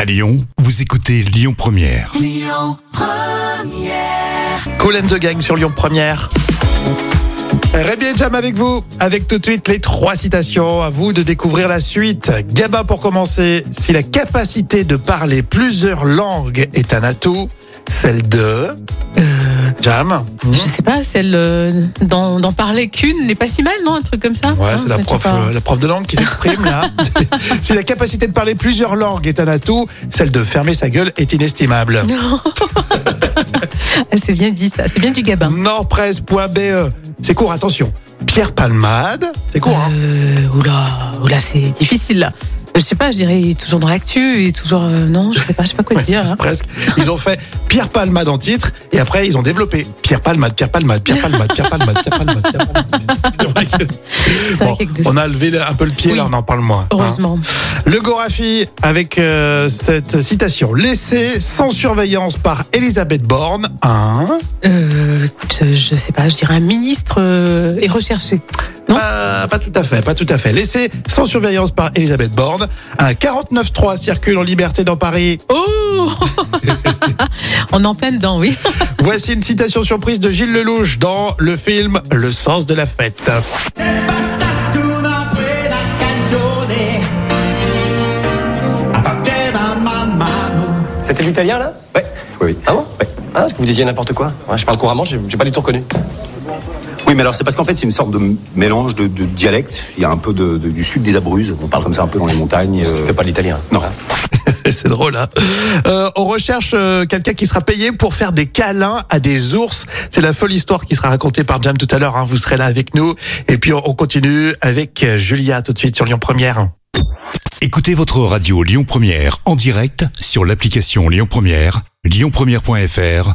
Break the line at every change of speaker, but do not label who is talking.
À Lyon, vous écoutez Lyon Première.
Cool and the Gang sur Lyon Première. Rémi Jam avec vous, avec tout de suite les trois citations. À vous de découvrir la suite. Gaba pour commencer. Si la capacité de parler plusieurs langues est un atout, celle de Jam.
Euh. Je sais pas, celle euh, d'en d'en parler qu'une n'est pas si mal, non Un truc comme ça
Ouais,
Non,
c'est la
je sais
prof,
pas.
euh, la prof de langue qui s'exprime là. si la capacité de parler plusieurs langues est un atout, celle de fermer sa gueule est inestimable. euh,
Ah, c'est bien dit ça, c'est bien du gabin.
Nordpresse.be, E. c'est court, attention. Pierre Palmade, c'est court. Hein
Euh, oula, oula, c'est difficile là. Je sais pas, je dirais toujours dans l'actu et toujours. euh, non, je sais pas, je sais pas quoi te
Ouais,
dire.
c'est
hein.
Presque. Ils ont fait Pierre Palmade en titre et après ils ont développé Pierre Palmade, Pierre Palmade, Pierre Palmade, Pierre Palmade, Pierre Palmade. Pierre Palmade. C'est vrai que- Bon,
C'est vrai qu'il y a que des-
on a levé un peu le pied,
Oui.
là on en parle moins. hein.
Heureusement.
Le Gorafi avec euh, cette citation laissée sans surveillance par Elisabeth Borne. Hein
Euh, écoute, euh, je sais pas, je dirais un ministre euh, et recherché. Non.
pas, pas tout à fait, pas tout à fait. Laissée sans surveillance par Elisabeth Borne. Un 49.3 circule en liberté dans Paris.
Oh On est en plein dedans, oui.
Voici une citation surprise de Gilles Lelouch dans le film Le sens de la fête.
Basta una buona canzone a partire a man mano.
C'était l'italien là Ouais. Oui, oui. Ah bon Ouais. Ah, parce que vous disiez n'importe quoi. Ouais, je parle couramment, j'ai j'ai pas du tout reconnu.
Oui, mais alors c'est parce qu'en fait c'est une sorte de m- mélange de, de dialectes. Il y a un peu de, de- du sud des Abruzes. On parle comme ça un peu dans les montagnes. euh,
C'était pas l'italien. Ah.
Non.
C'est drôle, hein Euh, On recherche euh, quelqu'un qui sera payé pour faire des câlins à des ours. C'est la folle histoire qui sera racontée par Jam tout à l'heure. hein. Vous serez là avec nous. Et puis on on continue avec euh, Julia tout de suite sur Lyon Première.
Écoutez votre radio Lyon Première en direct sur l'application Lyon Première, lyonpremière.fr